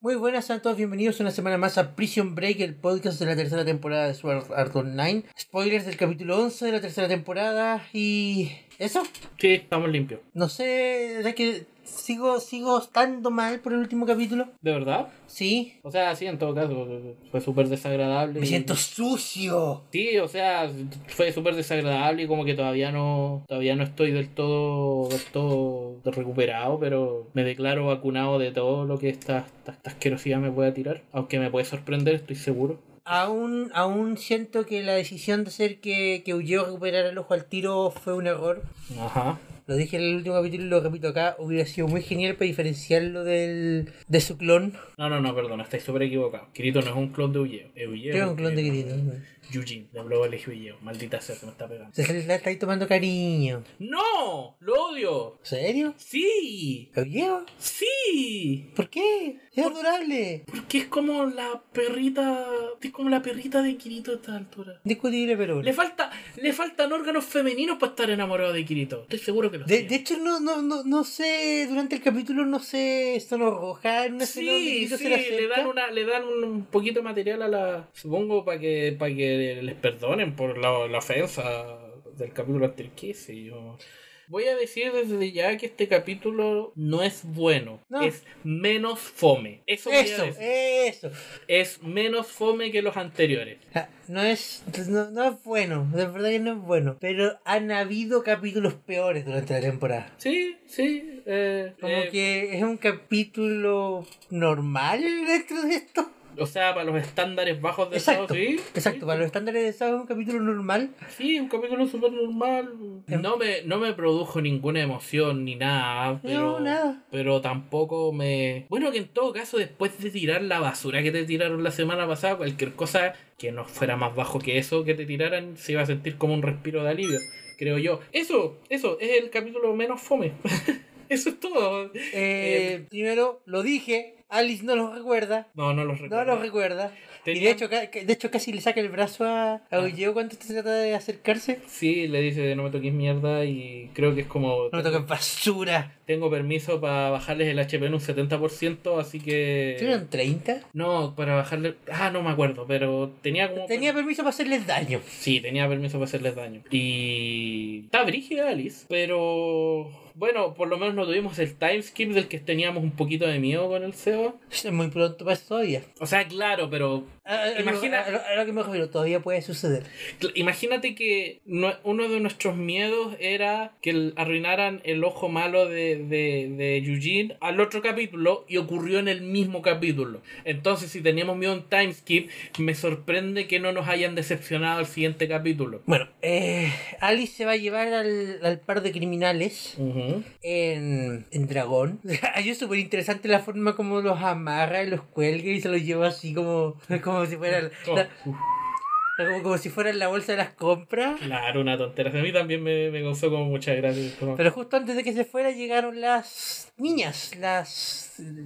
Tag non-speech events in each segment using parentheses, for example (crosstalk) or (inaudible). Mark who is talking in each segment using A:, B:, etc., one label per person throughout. A: Muy buenas, sean todos bienvenidos una semana más a Prison Break, el podcast de la tercera temporada de Sword Art Online. Spoilers del capítulo 11 de la tercera temporada y... ¿Eso?
B: Sí, estamos limpios.
A: No sé, es que sigo, sigo estando mal por el último capítulo.
B: ¿De verdad?
A: Sí.
B: O sea, sí, en todo caso, fue súper desagradable.
A: Me
B: y-
A: siento sucio.
B: Sí, o sea, fue súper desagradable y como que todavía no todavía no estoy del todo del todo recuperado, pero me declaro vacunado de todo lo que esta, esta, esta asquerosidad me pueda tirar. Aunque me puede sorprender, estoy seguro.
A: Aún, aún siento que la decisión de hacer que, que huyó recuperara el ojo al tiro fue un error.
B: Ajá.
A: Lo dije en el último capítulo y lo repito acá. Hubiera sido muy genial para diferenciarlo del, de su clon.
B: No, no, no, perdona, estáis súper equivocado. Kirito no es un clon de Ulleo. Es Ulleo.
A: Creo que un clon de Kirito.
B: Yujin, de Global Age Ulleo. Maldita sea, se me está pegando.
A: Se le está ahí tomando cariño.
B: ¡No! ¡Lo odio!
A: ¿En serio?
B: ¡Sí!
A: ¿Lo llevo?
B: ¡Sí!
A: ¿Por qué? Es adorable.
B: Porque es como la perrita. Es como la perrita de Kirito a esta altura.
A: Discutible, pero.
B: Le falta. Le faltan órganos femeninos para estar enamorado de Kirito. Estoy seguro que los
A: De,
B: tiene.
A: de hecho, no, no, no, no sé, durante el capítulo no sé, Sonó roja en una escena donde
B: Sí,
A: Kirito
B: sí,
A: se le
B: le dan
A: acerca.
B: una, le dan un poquito de material a la. Supongo para que, para que les perdonen por la, la ofensa del capítulo anterior. ¿Qué sé yo? Voy a decir desde ya que este capítulo no es bueno.
A: No.
B: Es menos fome. Eso, voy a
A: Eso,
B: decir.
A: eso.
B: es menos fome que los anteriores.
A: Ah, No es, no, no es bueno, de verdad que no es bueno. Pero han habido capítulos peores durante la temporada.
B: Sí, sí. eh,
A: Como
B: eh,
A: que es un capítulo normal dentro de esto.
B: O sea, para los estándares bajos de
A: Exacto,
B: Sao, sí.
A: exacto. Para los estándares de Sao es un capítulo normal.
B: Sí, un capítulo súper normal.
A: Em-
B: No me, no me produjo ninguna emoción ni nada. Pero,
A: No, nada.
B: Pero tampoco me. Bueno, que en todo caso, después de tirar la basura que te tiraron la semana pasada, cualquier cosa que no fuera más bajo que eso que te tiraran, se iba a sentir como un respiro de alivio, creo yo. Eso, eso, es el capítulo menos fome. (laughs) eso es todo.
A: Eh, primero, lo dije, Alice no lo recuerda.
B: No, no los recuerdo.
A: No lo recuerda. Y de
B: Tenía- Ah.
A: hecho, ca- ca- de hecho casi le saca el brazo a, a Ulleo cuando se trata de acercarse.
B: Sí, le dice no me toques mierda y creo que es como
A: No toca basura.
B: tengo permiso para bajarles el HP en un 70%, así que...
A: ¿Tuvieron 30?
B: No, para bajarle... Ah, no me acuerdo, pero tenía como...
A: Tenía permiso para hacerles daño.
B: Sí, tenía permiso para hacerles daño. Y... Está brígida Alice, pero... Bueno, por lo menos no tuvimos el time skip del que teníamos un poquito de miedo con el Seba.
A: Es muy pronto para eso todavía.
B: O sea, claro, pero
A: A- a-
B: Imagina-
A: a lo- a lo que me refiero, todavía puede suceder.
B: Cl- Imagínate que no- uno de nuestros miedos era que el- arruinaran el ojo malo de, de, de Eugene al otro capítulo y ocurrió en el mismo capítulo. Entonces, si teníamos miedo en Timeskip, me sorprende que no nos hayan decepcionado el siguiente capítulo.
A: Bueno, eh, Alice se va a llevar al, al par de criminales en, en Dragón. (laughs) Hay es súper interesante la forma como los amarra y los cuelga y se los lleva así como, como si fuera la-
B: Oh,
A: la-
B: uf,
A: como, como si fuera la bolsa de las compras.
B: claro, una tontera. A mí también me, me causó como muchas gracias. como-
A: Pero justo antes de que se fuera llegaron las niñas, las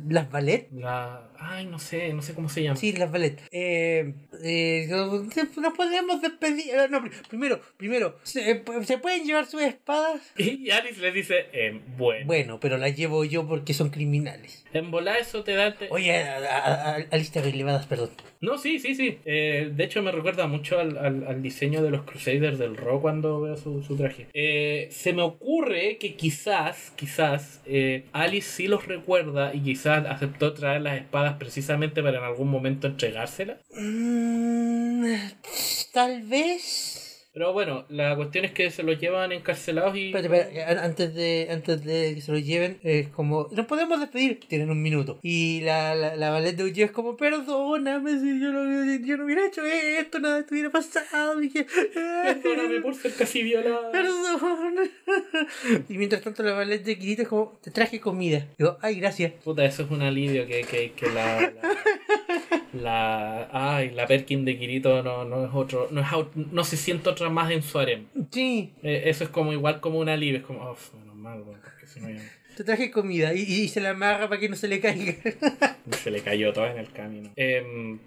A: las ballet.
B: La- Ay, no sé, no sé cómo se llama.
A: Sí, las ballet. Eh, eh, nos podemos despedir. eh, No, pr- primero, primero, ¿se, se pueden llevar sus espadas?
B: Y Alice le dice, em, bueno.
A: Bueno, pero las llevo yo porque son criminales.
B: En volar eso te da... te-
A: Oye, a, a- a- a listas relevadas, perdón.
B: No, sí, sí, sí. Eh, de hecho, me recuerda mucho al, al- al diseño de los Crusaders del Raw cuando veo su, su traje. Eh, se me ocurre que quizás, quizás, eh, Alice sí los recuerda y quizás aceptó traer las espadas precisamente para en algún momento entregárselas.
A: Mm, tal vez.
B: Pero bueno, la cuestión es que se los llevan encarcelados y...
A: Espérate, espérate, an- antes de, antes de que se lo lleven, es como, nos podemos despedir, tienen un minuto. Y la, la, la ballet de Ulleo es como, perdóname si yo, lo- yo no hubiera hecho esto, nada estuviera pasado. Y "Ah, que,
B: (laughs) Perdóname por ser
A: (laughs)
B: casi violada.
A: Perdón. (laughs) Y mientras tanto la ballet de Kirito es como, te traje comida. Digo, ay, gracias.
B: Puta, eso es un alivio que, que, que la... la... la- ay, la Perkin de Kirito no, no es otro, no, es, au- no se siente otra más en su harem.
A: Sí,
B: Eh, eso es como igual como un alivio, es como, uff, menos mal, weón, porque si no ya (laughs)
A: te traje comida. (laughs) Y, y se la amarra para que no se le caiga.
B: se le cayó todo en el camino. Em,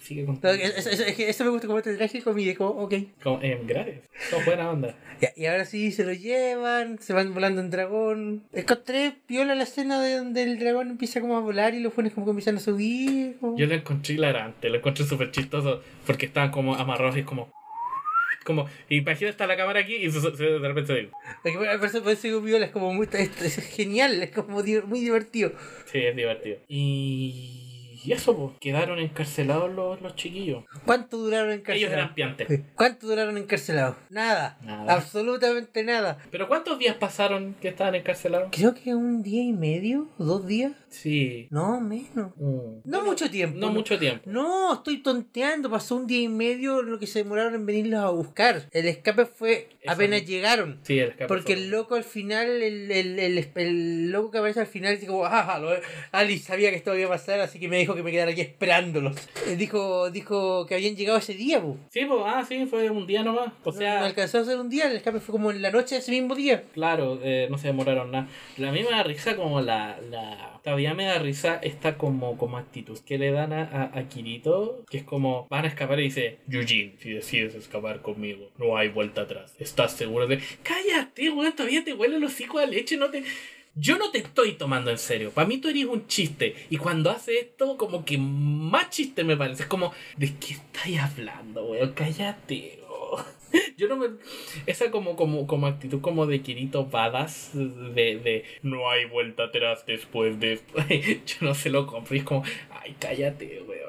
B: Sigue con.
A: Es- es- es que Eso me gusta como te traje y es como, ok.
B: Como, em, gracias. Son buena onda.
A: Ya, y ahora sí se lo llevan, se van volando en dragón. Encontré viola la escena de donde el dragón empieza como a volar y los buenos como que empiezan a subir. como-
B: Yo lo encontré hilarante, lo encontré súper chistoso porque estaban como amarrados y es como. Como, imagina está la cámara aquí y se- se- de repente digo.
A: Porque por- por eso- por eso digo viola, es como muy, es, es genial, es como di- muy divertido.
B: Sí, es divertido. Y. y eso, pues. Quedaron encarcelados los, los chiquillos.
A: ¿Cuánto duraron
B: Ellos
A: encarcelados?
B: eran piantes.
A: Sí. ¿Cuánto duraron encarcelados? Nada.
B: Nada.
A: Absolutamente nada.
B: ¿Pero cuántos días pasaron que estaban encarcelados?
A: Creo que un día y medio, dos días.
B: Sí.
A: No, menos.
B: Mm.
A: No mucho tiempo.
B: No mucho tiempo.
A: No, estoy tonteando. Pasó un día y medio lo que se demoraron en venirlos a buscar. El escape fue
B: Eso
A: apenas
B: mismo.
A: llegaron.
B: Sí, el escape
A: Porque
B: fue-
A: el loco al final, el, el, el, el loco que aparece al final, dice como, ah, lo- Ali sabía que esto iba a pasar, así que me dijo que me quedara aquí esperándolos. Eh, Dijo, dijo que habían llegado ese día, bu.
B: Sí, pues, ah, sí, fue un día nomás. O
A: No-
B: sea.
A: no alcanzó a ser un día, el escape fue como en la noche de ese mismo día.
B: Claro, eh, no se demoraron nada. La misma risa como la... la... Todavía me da risa esta como, como actitud que le dan a, a, a Kirito, que es como, van a escapar y dice, Yujin, si decides escapar conmigo, no hay vuelta atrás. ¿Estás seguro de...? Cállate, weón, todavía te huele el hocico de leche, no te... Yo no te estoy tomando en serio. Para mí tú eres un chiste. Y cuando hace esto, como que más chiste me parece. Es como, ¿de qué estáis hablando, weón? Cállate. oh". (laughs) Yo no me... Esa como, como, como actitud como de Kirito Badass, de, de no hay vuelta atrás después de esto. (laughs) Yo no se lo compré, es como, ay, cállate, weón.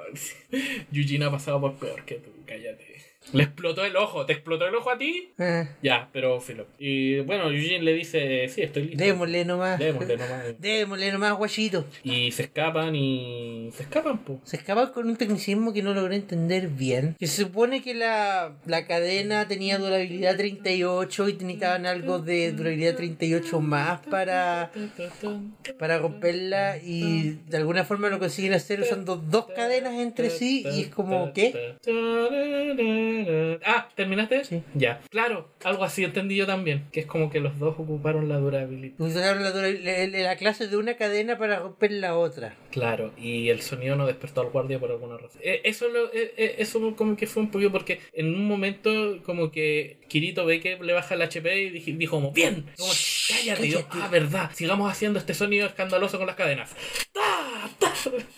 B: (laughs) Eugene ha pasado por peor que tú, cállate. Le explotó el ojo, ¿te explotó el ojo a ti?
A: Ah,
B: Ya, pero filo. Y bueno, Eugene le dice, sí, estoy listo.
A: démosle nomás. (laughs)
B: Démosle nomás.
A: Démosle nomás, guachito.
B: Y se escapan y... Se escapan, po.
A: Se escapa con un tecnicismo que no logré entender bien. Que se supone que la, la cadena tenía durabilidad 38 y necesitaban algo de durabilidad 38 más para, para romperla y de alguna forma lo consiguen hacer usando dos cadenas entre sí y es como, ¿qué?
B: Ah, ¿terminaste?
A: Sí.
B: Ya. Claro, algo así entendí yo también. Que es como que los dos ocuparon la durabilidad.
A: Usaron la, durabil- la- la clase de una cadena para romper la otra.
B: Claro, y el sonido no despertó al guardia por alguna razón. Eh, eso, lo- eh, eh, eso como que fue un poquito porque en un momento como que Kirito ve que le baja el HP y dij- dijo como, bien, como, cállate, y yo,
A: cállate.
B: ah, verdad, sigamos haciendo este sonido escandaloso con las cadenas. ¡Ta! ¡Ta! (laughs)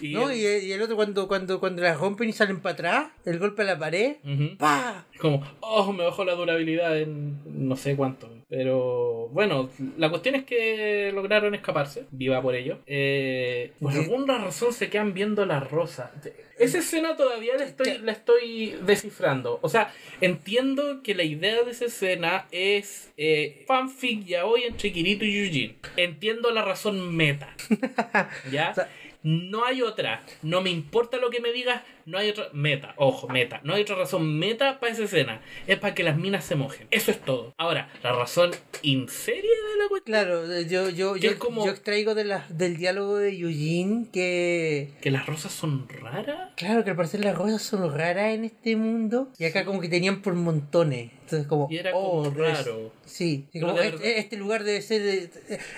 B: Y,
A: ¿No? Y, y el otro cuando, cuando, cuando las rompen y salen para atrás, el golpe a la pared,
B: Ujú.
A: ¡pa!
B: Como, oh, me bajó la durabilidad en no sé cuánto. Pero bueno, la cuestión es que lograron escaparse, viva por ello. Eh, por
A: Sí.
B: alguna razón se quedan viendo la rosa. Esa escena todavía la estoy,
A: Te-
B: la estoy descifrando. O sea, entiendo que la idea de esa escena es eh, fanfic ya hoy entre Kirito y Eugene. Entiendo la
A: (laughs)
B: razón meta. ¿Ya?
A: O sea-
B: no hay otra. No me importa lo que me digas, no hay otra. Meta, ojo, meta. No hay otra razón meta para esa escena. Es para que las minas se mojen. Eso es todo. Ahora, la razón in serie de la cuestión.
A: Claro, eh, yo, yo,
B: Que
A: yo,
B: es como-
A: yo extraigo de las del diálogo de Eugene que...
B: Que las rosas son raras.
A: Claro, que al parecer las rosas son raras en este mundo. Y acá como que tenían por montones. Entonces como...
B: Y era
A: oh,
B: como
A: res-
B: raro.
A: Sí, y
B: Pero
A: como,
B: de
A: este,
B: verdad-
A: este lugar debe ser eh,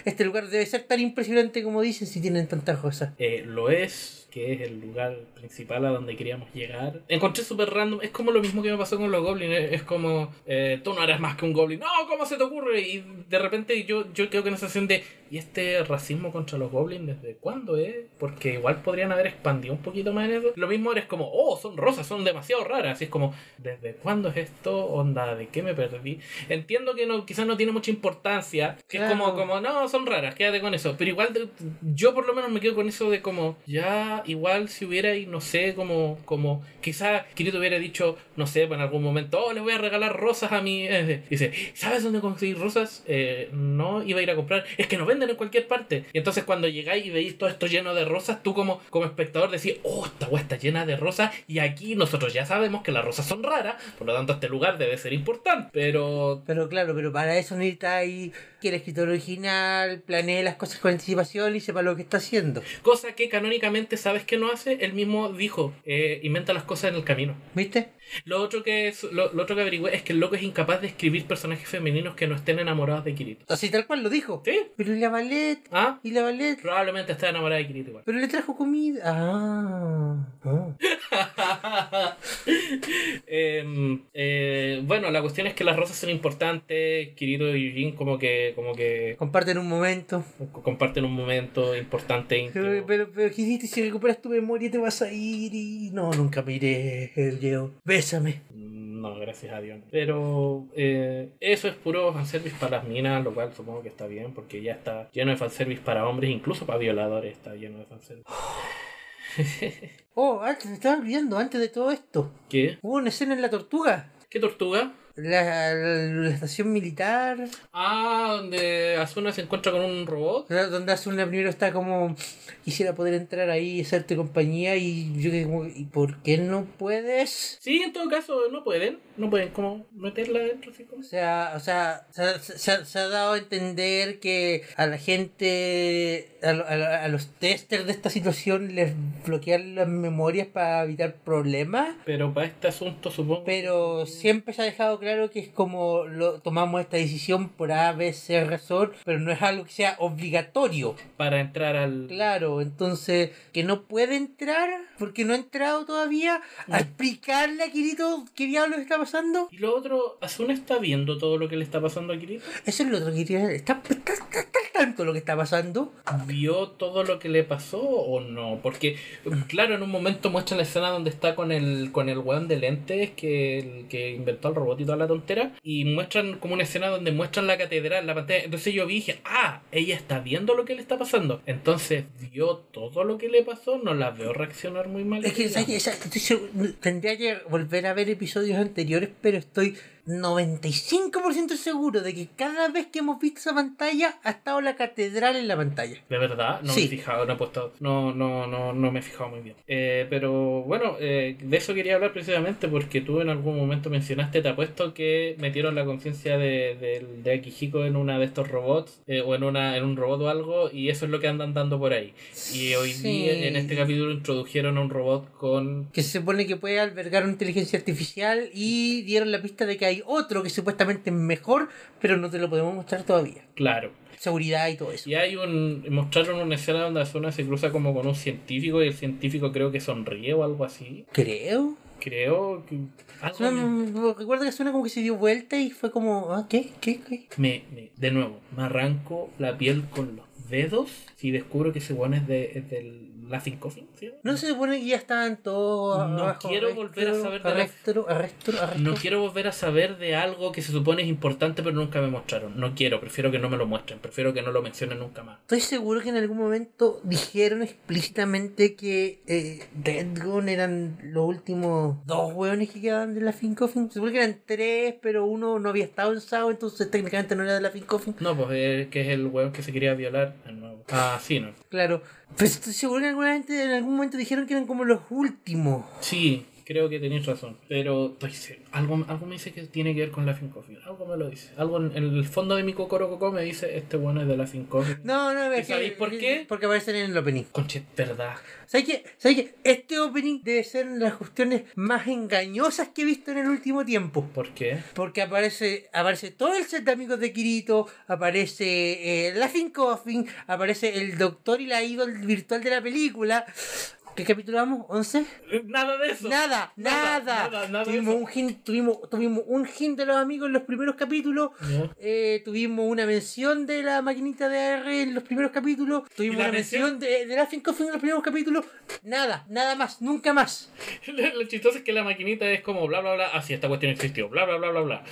A: este lugar debe ser tan impresionante como dicen si tienen tantas cosas.
B: Eh, lo es, que es el lugar principal a donde queríamos llegar. Encontré súper random. Es como lo mismo que me pasó con los goblins. eh, Es como, eh, tú no eres más que un goblin. No, ¿cómo se te ocurre? Y de repente yo, yo quedo con esa sensación de, ¿y este racismo contra los goblins desde cuándo es? Porque igual podrían haber expandido un poquito más en eso. Lo mismo eres como, oh, son rosas, son demasiado raras. Y es como, ¿desde cuándo es esto? Onda, ¿de qué me perdí? Entiendo que no, quizás no tiene mucha importancia. Que es
A: Claro.
B: como, como, no, son raras, quédate con eso. Pero igual, de- yo por lo menos me quedo con eso de como, ya, igual si hubiera, y no sé, como, como, quizás Kirito hubiera dicho, no sé, en algún momento, oh, le voy a regalar rosas a mi. (laughs) eh, Dice, ¿sabes dónde conseguir rosas? Eh, no iba a ir a comprar, es que no venden en cualquier parte. Y entonces cuando llegáis y veis todo esto lleno de rosas, tú como, como espectador decís, oh, esta hueá está llena de rosas, y aquí nosotros ya sabemos que las rosas son raras, por lo tanto este lugar debe ser importante. Pero
A: Pero claro, pero para eso necesita ahí que el escritor original planee las cosas con anticipación y sepa lo que está haciendo.
B: Cosa que canónicamente sabes que no hace, él mismo dijo, eh, inventa las cosas en el camino.
A: ¿Viste?
B: Lo otro que es, lo, lo otro que averigüé es que el loco es incapaz de escribir personajes femeninos que no estén enamorados de Kirito.
A: Así tal cual lo dijo.
B: ¿Sí?
A: Pero y la ballet,
B: ¿Ah?
A: y la ballet.
B: Probablemente está enamorada de Kirito igual. (laughs)
A: Pero le trajo comida. Ah. ah.
B: Em, eh, bueno, la cuestión es que las rosas son importantes. Kirito y Yujin como que, como que
A: Comparten un momento.
B: co- comparten un momento importante. íntimo.
A: Pero, pero, pero ¿qué hiciste? Si recuperas tu memoria te vas a ir y... No, nunca me iré, el Leo. Bésame.
B: No, gracias a Dios. Pero eh, eso es puro fanservice para las minas, lo cual supongo que está bien, porque ya está lleno de fanservice para hombres, incluso para violadores está lleno de fanservice.
A: Oh, antes me estaba olvidando, antes de todo esto.
B: ¿Qué?
A: Hubo una escena en La Tortuga.
B: ¿Qué tortuga?
A: La, la- la estación militar,
B: Ah, donde Asuna se encuentra con un robot.
A: la- donde hace una primero está como quisiera poder entrar ahí y hacerte compañía y yo que como, ¿y por qué no puedes?
B: Sí, en todo caso, no pueden. No pueden como meterla dentro, así como...
A: O sea, o sea, se, ha- se ha- se ha dado a entender que a la gente, a, lo- a lo- a los testers de esta situación les bloquean las memorias para evitar problemas.
B: Pero para este asunto supongo...
A: Pero siempre se ha dejado claro que es como lo, tomamos esta decisión por A, B, C razón, pero no es algo que sea obligatorio.
B: Para entrar al...
A: Claro, entonces, que no puede entrar porque no ha entrado todavía a explicarle a Kirito qué diablos está pasando.
B: Y lo otro, Asuna está viendo todo lo que le está pasando a Kirito.
A: Eso es lo otro que quería saber. ¿Está, está, está- está al tanto lo que está pasando?
B: ¿Vio todo lo que le pasó o no? Porque, claro, en un momento muestra la escena donde está con el con el weón de lentes que, el que inventó el robot y toda la tontera. Y muestran como una escena donde muestran la catedral, la pantalla. Entonces yo vi y dije, ah, ella está viendo lo que le está pasando. Entonces, ¿vio todo lo que le pasó? No la veo reaccionar muy mal.
A: Es que, ¿sabes qué? Esa- estoy seguro- tendría que volver a ver episodios anteriores, pero estoy 95% seguro de que cada vez que hemos visto esa pantalla ha estado la catedral en la pantalla.
B: De verdad, no
A: Sí.
B: me he fijado, no he puesto. No, no, no, no me he fijado muy bien. Eh, pero bueno, eh, de eso quería hablar precisamente porque tú en algún momento mencionaste, te apuesto que metieron la conciencia de, del- de Akihiko en una de estos robots, eh, o en una, en un robot o algo, y eso es lo que andan dando por ahí. Y hoy
A: Sí.
B: día, en este capítulo, introdujeron a un robot con.
A: que se supone que puede albergar una inteligencia artificial y dieron la pista de que hay otro que supuestamente es mejor, pero no te lo podemos mostrar todavía.
B: Claro.
A: Seguridad y todo eso.
B: Y hay un. mostraron una escena donde Azuna se cruza como con un científico, y el científico creo que sonríe o algo así.
A: Creo.
B: Creo que. algo
A: Suena-
B: me-
A: recuerdo que suena como que se dio vuelta y fue como, ah, ¿qué? ¿Qué? ¿Qué?
B: Me, me- de nuevo, me arranco la piel con los dedos si descubro que ese weón es, de, es del Laughing Coffin. ¿sí?
A: No se supone que ya estaban todos
B: No quiero volver a saber de la-
A: arresto, arresto, arresto.
B: No quiero volver a saber de algo que se supone es importante pero nunca me mostraron. No quiero, prefiero que no me lo muestren, prefiero que no lo mencionen nunca más.
A: Estoy seguro que en algún momento dijeron explícitamente que eh, Red Gun eran los últimos dos hueones que quedaban de la Fincoffin. Se supone que eran tres, pero uno no había estado en SAO, entonces técnicamente no era de la Fincoffin.
B: No, pues eh, que es el weón que se quería violar de nuevo. Ah, sí, no.
A: Claro. Pero estoy seguro que alguna gente- en algún momento dijeron que eran como los últimos.
B: Sí, creo que tenéis razón. Pero estoy se- algo, algo me dice que tiene que ver con Laughing Coffin. Algo me lo dice. Algo en, en el fondo de mi cocorococó me dice este weón es de Laughing Coffin.
A: No, no, es que-
B: sabéis por qué?
A: Porque aparecen en el opening.
B: Conche, verdad.
A: ¿Sabes qué? ¿Sabes qué? Este opening debe ser una de las cuestiones más engañosas que he visto en el último tiempo.
B: ¿Por qué?
A: Porque aparece, aparece todo el set de amigos de Kirito, aparece eh, Laughing Coffin, aparece el doctor y la idol virtual de la película. ¿Qué capítulo vamos? ¿11?
B: Nada de eso.
A: Nada, nada.
B: Nada, nada, nada
A: tuvimos,
B: de
A: un hint, tuvimos, tuvimos un hint de los amigos en los primeros capítulos.
B: Ya.
A: eh, tuvimos una mención de la maquinita de R en los primeros capítulos. Tuvimos
B: la
A: una mención,
B: mención?
A: de, de Laughing Coffin en los primeros capítulos. Nada, nada más, nunca más.
B: (laughs) Lo lo chistoso es que la maquinita es como bla bla bla, así esta cuestión existió, bla bla bla bla (laughs) bla.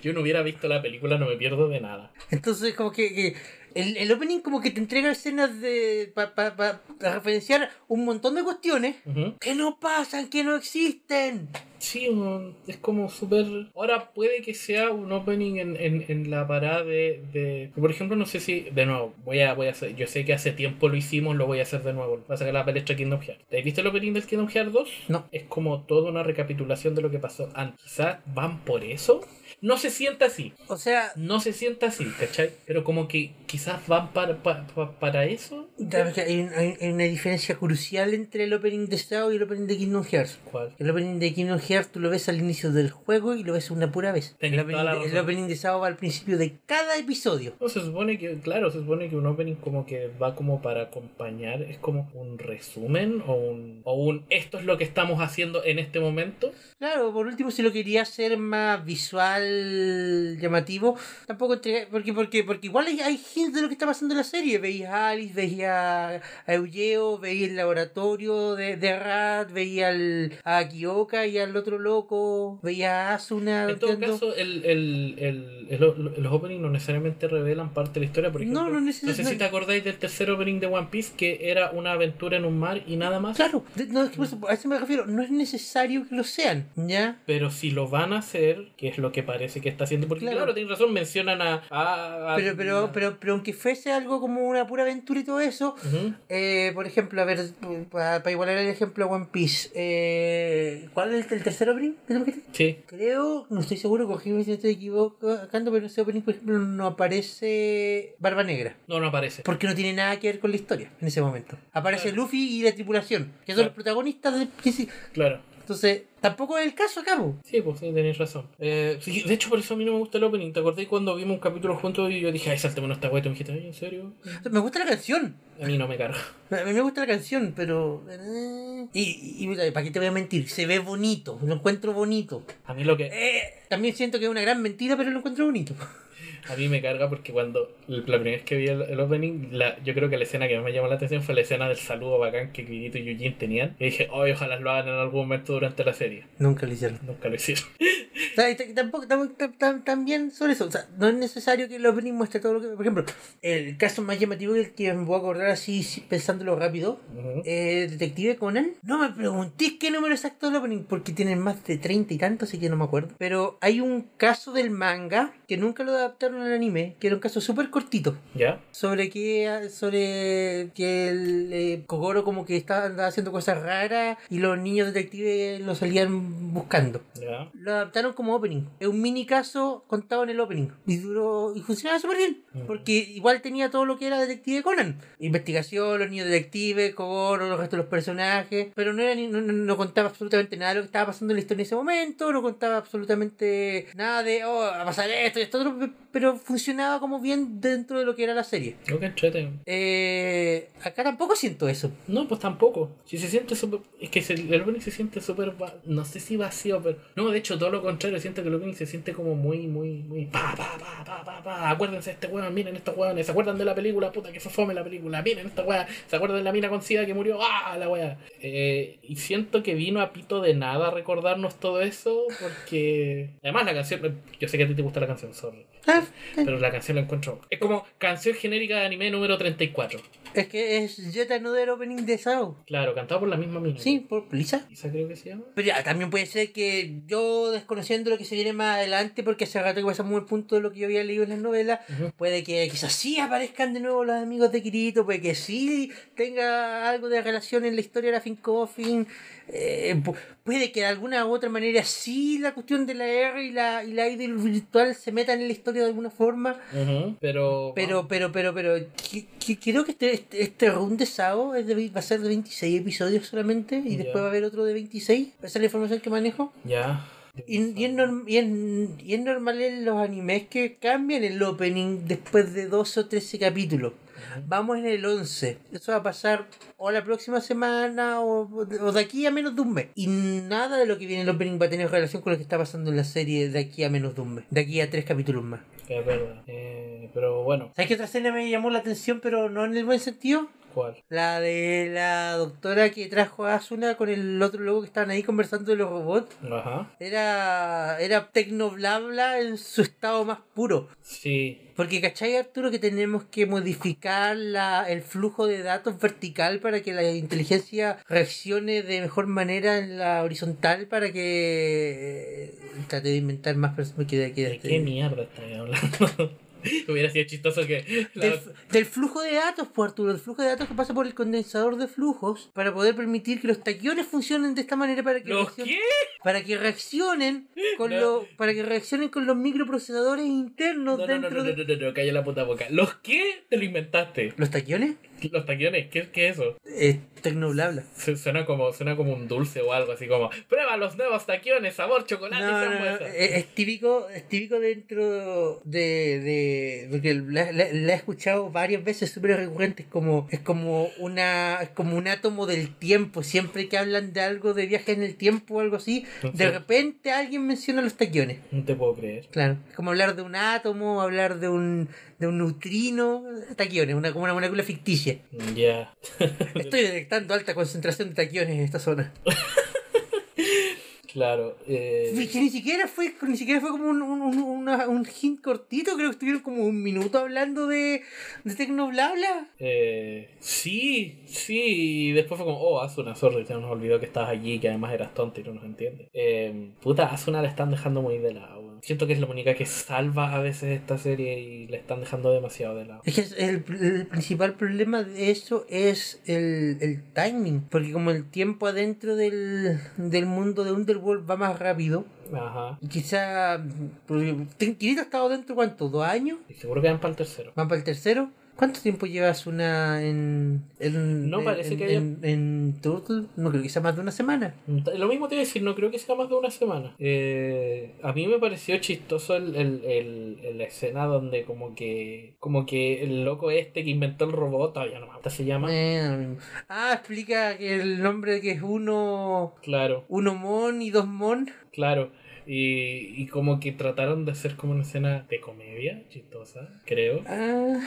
B: Yo no hubiera visto la película, no me pierdo de nada.
A: Entonces, como que, que el, el opening como que te entrega escenas de para referenciar un montón de cuestiones
B: Ujú.
A: que no pasan, que no existen.
B: Sí, un- es como súper... Ahora puede que sea un opening en, en- en la parada de, de- Por ejemplo, no sé si... De nuevo, voy a, voy a hacer... Yo sé que hace tiempo lo hicimos, lo voy a hacer de nuevo. Va a sacar la palestra Kingdom Hearts. ¿Te viste el opening del Kingdom Hearts 2?
A: No.
B: Es como toda una recapitulación de lo que pasó antes. Quizás van por eso. no se sienta así.
A: O sea,
B: No se sienta así, ¿cachai? Pero como que quizás van para, pa- pa- para eso.
A: ya, ya, hay, un- hay- hay una diferencia crucial entre el opening de Shadow y el opening de Kingdom Hearts.
B: ¿Cuál?
A: El opening de Kingdom Hearts tú lo ves al inicio del juego y lo ves una pura vez.
B: Tenés
A: El opening,
B: toda la
A: de, el
B: razón.
A: opening de Sao va al principio de cada episodio.
B: No, se supone que, claro, se supone que un opening como que va como para acompañar, es como un resumen o un, o un esto es lo que estamos haciendo en este momento.
A: Claro, por último, si lo quería hacer más visual, llamativo, tampoco entregué. Porque, porque, porque igual hay, hay hints de lo que está pasando en la serie. Veías a Alice, veías a a Eugeo, veías el laboratorio de, de Rat, veías al- a Kioka y al otro loco, veías a Asuna.
B: En todo
A: Ah, entiendo.
B: caso, el, el, el- el- los openings no necesariamente revelan parte de la historia. Por ejemplo,
A: No, no neces-
B: sé si te acordáis del tercer opening de One Piece, que era una aventura en un mar y nada más.
A: Claro, de- no, es que por eso- a eso me refiero. No es necesario que lo sean, ¿ya?
B: Pero si lo van a hacer, que es lo que parece que está haciendo, porque
A: Claro.
B: claro, tienes razón, mencionan a... a- a-
A: Pero, pero, pero, pero aunque fuese algo como una pura aventura y todo eso,
B: Ujú.
A: Eh, por ejemplo, a ver, para igualar el ejemplo a One Piece, eh, ¿cuál es el tercer opening? que tenemos que hacer?
B: Sí.
A: Creo, no estoy seguro, corrígeme si estoy equivocando, pero ese opening, por ejemplo, no aparece Barba Negra.
B: No, no aparece.
A: Porque no tiene nada que ver con la historia en ese momento. Aparece
B: Claro.
A: Luffy y la tripulación, que son
B: Claro.
A: los protagonistas del principio.
B: Claro.
A: Entonces, tampoco es el caso, cabo.
B: Sí, pues sí, tenéis razón. Eh, sí, de hecho, por eso a mí no me gusta el opening. ¿Te acordás cuando vimos un capítulo juntos y yo dije, ay, saltémonos esta weá? Y tú me dijiste, "Ay, ¿en serio?
A: Me gusta la canción.
B: A mí no me carga.
A: A mí me gusta la canción, pero... eh, Y, y para qué te voy a mentir, se ve bonito, lo encuentro bonito.
B: A mí lo que...
A: Eh, también siento que es una gran mentira, pero lo encuentro bonito.
B: A mí me carga porque cuando la primera vez que vi el, el opening, la, yo creo que la escena que más me llamó la atención fue la escena del saludo bacán que Kirito y Eugene tenían. Y dije, ay, ojalá lo hagan en algún momento durante la serie.
A: (laughs) Nunca lo hicieron.
B: Nunca lo hicieron.
A: O sea, y t- tampoco, tam- tam- tam- también sobre eso. O sea, no es necesario que el opening muestre todo lo que. Por ejemplo, el caso más llamativo y el que me voy a acordar así si- pensándolo rápido.
B: Ujú.
A: eh, Detective Conan. No me preguntéis qué número exacto del opening, porque tienen más de 30 y tantos, así que no me acuerdo. Pero hay un caso del manga que nunca lo adaptaron al anime, que era un caso súper cortito.
B: ¿Ya?
A: Sobre que, sobre que el eh, Kogoro como que estaba andaba haciendo cosas raras y los niños detectives lo salían buscando.
B: ¿Ya?
A: Lo adaptaron como opening. Es un mini caso contado en el opening. Y duró. Y funcionaba súper bien.
B: Ujú.
A: Porque igual tenía todo lo que era Detective Conan. Investigación, los niños detectives, Kogoro, los restos de los personajes. Pero no, era ni- no, no- no contaba absolutamente nada de lo que estaba pasando en la historia en ese momento. No contaba absolutamente nada de. Oh, va a pasar esto y esto otro. pe- Pero funcionaba como bien dentro de lo que era la serie.
B: No que entreten.
A: Eh, acá tampoco siento eso.
B: No, pues tampoco. Si se siente súper. Es que se- el opening se siente súper. va- No sé si vacío, pero. No, de hecho, todo lo contrario. Siento que el opening se siente como muy, muy, muy. Pa, pa, pa, pa, pa, pa. Acuérdense de este weón, miren estos weones. ¿Se acuerdan de la película? Puta, que fue fome la película. Miren esta weá. ¿Se acuerdan de la mina con sida que murió? ¡Ah, la weá! Eh, y siento que vino a pito de nada recordarnos todo eso, porque. Además, la canción. Yo sé que a ti te gusta la canción, sorry.
A: Ah,
B: Pero la canción la encuentro. Es como canción genérica de anime número 34.
A: Es que es Yet Another Opening de Sao.
B: Claro, cantado por la misma mina.
A: Sí, por Lisa.
B: Esa creo que se llama.
A: Pero ya, también puede ser que yo, desconociendo lo que se viene más adelante, porque hace rato que pasamos el punto de lo que yo había leído en las novelas,
B: Ujú.
A: puede que quizás sí aparezcan de nuevo los amigos de Kirito, puede que sí tenga algo de relación en la historia de la Fincoffin, eh, pu- puede que de alguna u otra manera sí la cuestión de la R y la, y la idol virtual se metan en la historia de alguna forma.
B: Pero.
A: Pero, pero, pero, pero, qui- qui- creo que este, este, este run de Sao es de ve- va a ser de 26 episodios solamente y
B: Ya.
A: después va a haber otro de 26. Esa es la información que manejo.
B: ah, Ya.
A: Y, y es norm- y es- y es normal en los animes que cambian el opening después de 12 o 13 capítulos. Vamos en el 11. Eso va a pasar o la próxima semana o, o de aquí a menos de un mes. Y nada de lo que viene en el opening va a tener relación con lo que está pasando en la serie de aquí a menos de un mes. De aquí a tres capítulos más.
B: Es verdad. Eh, pero bueno,
A: ¿Sabes qué otra escena me llamó la atención, pero no en el buen sentido?
B: ¿cuál?
A: La de la doctora que trajo a Asuna con el otro loco que estaban ahí conversando de los robots.
B: Ajá.
A: Era, era tecnoblabla en su estado más puro.
B: Sí.
A: Porque, ¿cachai, Arturo, que tenemos que modificar la, el flujo de datos vertical para que la inteligencia reaccione de mejor manera en la horizontal para que... Traté de inventar más personas que de aquí.
B: ¿De qué mierda estáis hablando? (laughs) Hubiera sido chistoso que. la-
A: Del, del flujo de datos, pues Arturo, del flujo de datos que pasa por el condensador de flujos para poder permitir que los taquiones funcionen de esta manera para que,
B: ¿Los
A: reaccion-
B: qué?
A: para que reaccionen con
B: No.
A: lo- para que reaccionen con los microprocesadores
B: No,
A: internos
B: no, no,
A: dentro
B: no, no,
A: de
B: no, no, no, calla la puta boca. ¿Los qué? Te lo inventaste.
A: los taquiones,
B: ¿Los taquiones? ¿Qué, qué es eso?
A: eh, tecnoblabla.
B: Su- Suena como, suena como un dulce o algo así como. Prueba los nuevos taquiones, sabor, chocolate
A: No, eh.
B: y
A: no, no,
B: frambuesa".
A: Es, es típico, es típico dentro de, de porque la, la- la he escuchado varias veces súper recurrentes como es como una es como un átomo del tiempo, siempre que hablan de algo de viaje en el tiempo o algo así, de
B: Sí.
A: repente alguien menciona los taquiones.
B: No te puedo creer.
A: Claro, es como hablar de un átomo, hablar de un de un neutrino, taquiones, una como una molécula ficticia.
B: Ya.
A: Estoy detectando alta concentración de taquiones en esta zona.
B: Claro. eh,
A: Que ni siquiera fue, ni siquiera fue como un, un, un- una- un hint cortito, creo que estuvieron como un minuto hablando de, de Tecnoblabla.
B: eh, sí, sí. Y después fue como, oh, Asuna, sorry, se nos olvidó que estabas allí, que además eras tonta y no nos entiendes. Eh, puta, Asuna la están dejando muy de lado. weón. Siento que es la única que salva a veces esta serie y la están dejando demasiado de lado.
A: Es que es el, el principal problema de eso es el, el timing, porque como el tiempo adentro del, del mundo de Underworld va más rápido,
B: Ajá.
A: y quizá. porque Kirito ha estado dentro, ¿cuánto? ¿Dos años?
B: Y seguro que van para el tercero.
A: ¿Van para el tercero? ¿Cuánto tiempo llevas una en. en
B: No
A: en-
B: parece que
A: en-
B: haya-
A: en, en Turtle? No creo que sea más de una semana.
B: Mm, Lo mismo te iba a decir, no creo que sea más de una semana. Eh, a mí me pareció chistoso el, el- el- el- la escena donde como que como que el loco este que inventó el robot, todavía no me acuerdo se llama.
A: Eh, ah, explica que el nombre que es uno,
B: Claro,
A: uno mon y dos mon.
B: claro. Y, y como que trataron de hacer como una escena de comedia chistosa, creo.
A: Ah,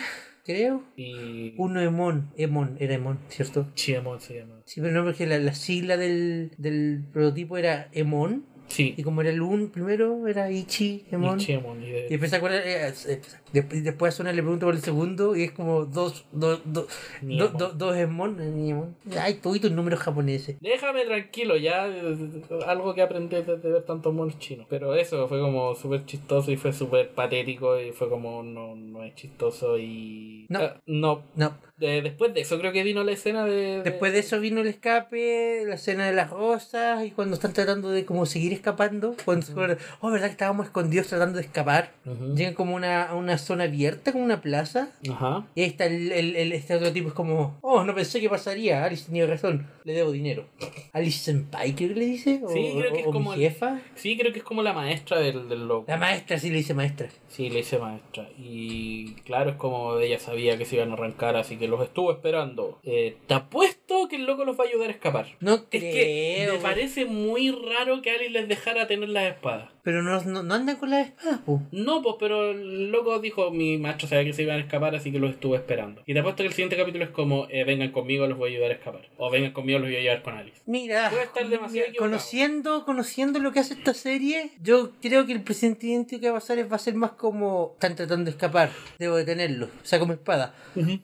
A: creo.
B: Y...
A: Uno emon, emon, era emon, ¿cierto?
B: Chiemon se llama.
A: Sí, pero no, porque la, la sigla del, del prototipo era emon.
B: Sí.
A: Y como era el un primero, era ichi, emon.
B: Y Chiemon. Y
A: Y
B: de...
A: después, se acuerda, eh, es- es- después, después a Suna le pregunto por el segundo y es como dos, dos, dos,
B: Ni
A: dos-
B: Emon.
A: dos- dos emon, eh, ni emon. Ay, tú y tus números japoneses.
B: Déjame tranquilo, ya eh, algo que aprendí de, de ver tantos monos chinos. Pero eso fue como súper chistoso y fue súper patético y fue como no, no es chistoso y...
A: No.
B: Ah, no.
A: No,
B: De- después de eso creo que vino la escena de...
A: Después de eso vino el escape, la escena de las rosas y cuando están tratando de como seguir escapando, cuando se acuerdan, oh, ¿verdad que estábamos escondidos tratando de escapar?
B: Ujú.
A: Llegan como una, a una zona abierta, como una plaza.
B: Ajá.
A: Y ahí está el, el- el- este otro tipo, es como, oh, no pensé que pasaría, Alice tenía razón, le debo dinero. Alice Senpai creo que le dice, o,
B: Sí, creo que es
A: o- o
B: como el-
A: mi jefa.
B: Sí, creo que es como la maestra del, del loco.
A: La maestra sí le dice maestra.
B: Sí, le hice maestra. Y claro, es como ella sabía que se iban a arrancar, así que los estuvo esperando. Eh, te apuesto que el loco los va a ayudar a escapar.
A: No
B: Es
A: creo.
B: que me parece muy raro que Alice les dejara tener las espadas.
A: Pero no, no, no andan con las espadas, po.
B: No, pues, pero el loco dijo, mi maestro sabía que se iban a escapar, así que los estuve esperando. Y te apuesto que el siguiente capítulo es como, eh, vengan conmigo, los voy a ayudar a escapar. O vengan conmigo, los voy a llevar con Alice.
A: Mira,
B: Puede estar demasiado
A: mira,
B: equivocado.
A: conociendo, conociendo lo que hace esta serie, yo creo que el presentimiento que va a pasar es, va a ser más como están tratando de escapar, debo detenerlo, saco mi espada.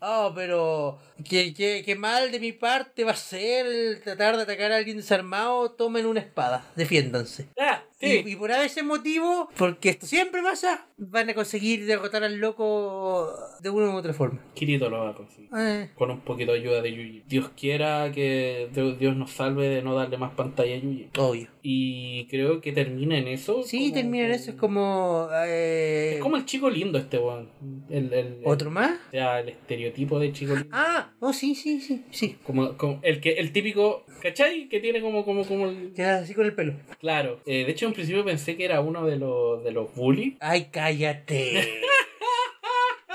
A: Oh, pero qué, qué, qué mal de mi parte va a ser el tratar de atacar a alguien desarmado, tomen una espada, defiéndanse.
B: Ah, sí.
A: Y, y por ese motivo, porque esto siempre pasa, van a conseguir derrotar al loco de una u otra forma.
B: Kirito lo va a conseguir.
A: Eh,
B: Con un poquito de ayuda de Yuji. Dios quiera que Dios Dios nos salve de no darle más pantalla a Yuji.
A: obvio.
B: Y creo que termina en eso.
A: Sí,
B: como-
A: terminar eso, es como... eh,
B: Es como el chico lindo este, weón. El, el-
A: ¿Otro más?
B: O sea, el estereotipo de chico lindo.
A: Ah, oh, sí, sí, sí, sí.
B: Como, como el, que, el típico, ¿cachai? Que tiene como, como, como el...
A: Queda así con el pelo.
B: Claro, eh, de hecho en principio pensé que era uno de los, de los bullies.
A: Ay, cállate.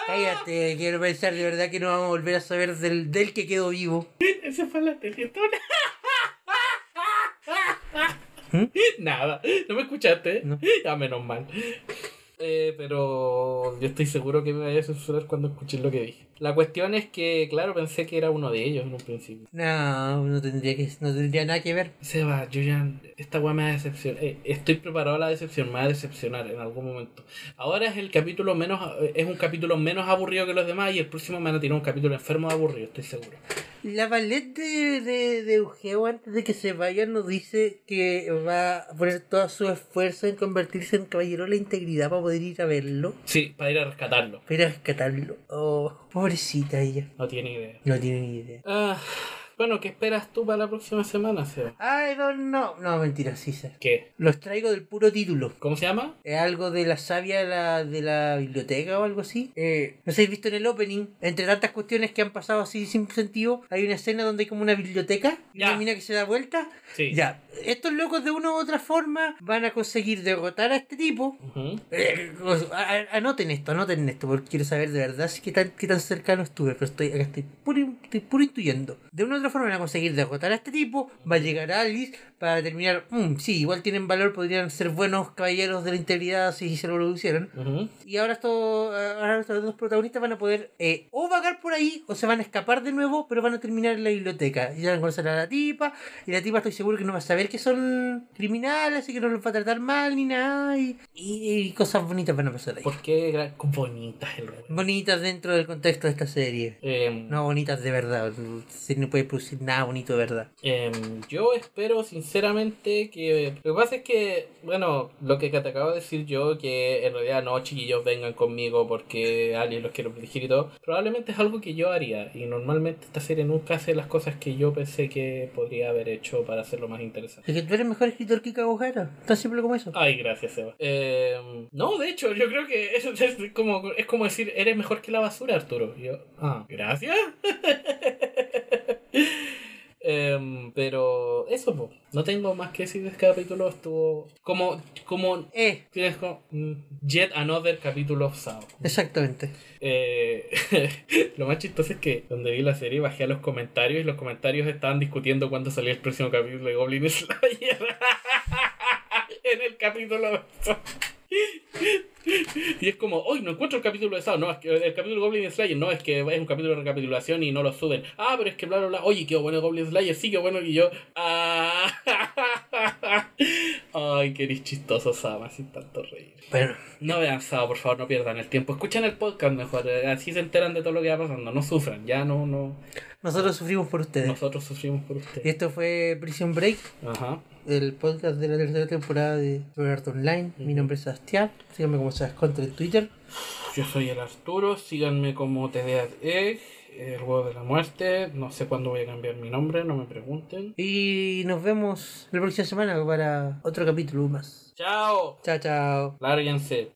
A: cállate, quiero pensar de verdad que no vamos a volver a saber del, del que quedó vivo.
B: Esa fue la teletona.
A: ¿Mm?
B: Nada, no me escuchaste.
A: No.
B: Ya, menos mal. Eh, pero yo estoy seguro que me vaya a censurar cuando escuches lo que dije. La cuestión es que, claro, pensé que era uno de ellos en un principio.
A: No, no tendría, que, no tendría nada que ver.
B: Seba, yo ya. Esta weá me va a decepcionar. Eh, estoy preparado a la decepción, me va a decepcionar en algún momento. Ahora es el capítulo menos. eh, Es un capítulo menos aburrido que los demás y el próximo me van a tirar un capítulo enfermo de aburrido, estoy seguro.
A: La ballet de, de, de Eugeo, antes de que se vaya, nos dice que va a poner todo su esfuerzo en convertirse en caballero de la integridad para poder ir a verlo.
B: Sí, para ir a rescatarlo.
A: Para ir a rescatarlo. Oh, pobrecita ella.
B: No tiene idea.
A: No tiene ni idea.
B: Ah, bueno, ¿qué esperas tú para la próxima semana, Seba?
A: I don't know. No, mentira, sí sé.
B: ¿Qué?
A: Los traigo del puro título.
B: ¿Cómo se llama?
A: Es algo de la sabia de la, de la biblioteca o algo así. Eh, no sé, ¿habéis visto en el opening, entre tantas cuestiones que han pasado así sin sentido, hay una escena donde hay como una biblioteca,
B: Ya.
A: una mina que se da vuelta.
B: Sí.
A: Ya, estos locos de una u otra forma van a conseguir derrotar a este tipo.
B: Ujú.
A: Eh, os- (laughs) a- a- Anoten esto, anoten esto, porque quiero saber de verdad si qué tan, qué tan cercano estuve, pero estoy, acá estoy, puro, in- estoy puro intuyendo. De una u otra forma van a conseguir derrotar a este tipo, va a llegar Alice para determinar, "Mm, sí, igual tienen valor, podrían ser buenos caballeros de la integridad si se lo producieran.
B: Ujú.
A: Y ahora, esto, ahora estos dos protagonistas van a poder eh, o vagar por ahí o se van a escapar de nuevo, pero van a terminar en la biblioteca. Y ya van a conocer a la tipa, y la tipa estoy seguro que no va a saber que son criminales, así que no los va a tratar mal ni nada. Y, y- y cosas bonitas van a pasar ahí.
B: ¿Por qué gra- con bonitas el robot?
A: Bonitas dentro del contexto de esta serie.
B: Em,
A: No bonitas de verdad, se no puede producir nada bonito de verdad.
B: Em, yo espero sinceramente que... Lo que pasa es que, bueno, lo que te acabo de decir yo, que en realidad no, chiquillos, vengan conmigo porque alguien los quiero proteger y todo, probablemente es algo que yo haría. Y normalmente esta serie nunca hace las cosas que yo pensé que podría haber hecho para hacerlo más interesante.
A: Es que tú eres mejor escritor que Kagohara, tan simple como eso.
B: Ay, gracias, Seba. Em, no, de hecho, yo creo que eso es como, es como decir, eres mejor que la basura, Arturo. Y Yo, ah, gracias. (laughs) Em, pero eso, po. no tengo más que decir de este capítulo. Estuvo como, como,
A: Eh,
B: tienes como, mm, yet another capítulo of Sao.
A: exactamente.
B: Eh, (laughs) lo más chistoso es que donde vi la serie bajé a los comentarios y los comentarios estaban discutiendo cuándo salía el próximo capítulo de Goblin Slayer. (laughs) en el capítulo de Sao. Y es como, hoy no encuentro el capítulo de Sao, no, es que el capítulo de Goblin Slayer, no, es que es un capítulo de recapitulación y no lo suben. Ah, pero es que bla, bla, bla, oye, qué bueno Goblin Slayer, sí, qué bueno que yo. Ah. (laughs) Ay, que eres chistoso, Sama, sin tanto reír.
A: Bueno,
B: No vean Sao, por favor, no pierdan el tiempo. Escuchen el podcast mejor, eh, así se enteran de todo lo que va pasando. No sufran, ya no, no.
A: nosotros sufrimos por ustedes.
B: Nosotros sufrimos por
A: Y
B: ustedes.
A: esto fue Prison Break.
B: Ajá.
A: el podcast de la tercera temporada de Sword Art Online. Mi nombre es Sebastián. Síganme como Sebas Contra en Twitter.
B: Yo soy el Arturo, síganme como TDAE, E, el huevo de la muerte. No sé cuándo voy a cambiar mi nombre, no me pregunten.
A: Y nos vemos la próxima semana para otro capítulo más.
B: ¡Chao!
A: Chao, chao.
B: Lárguense.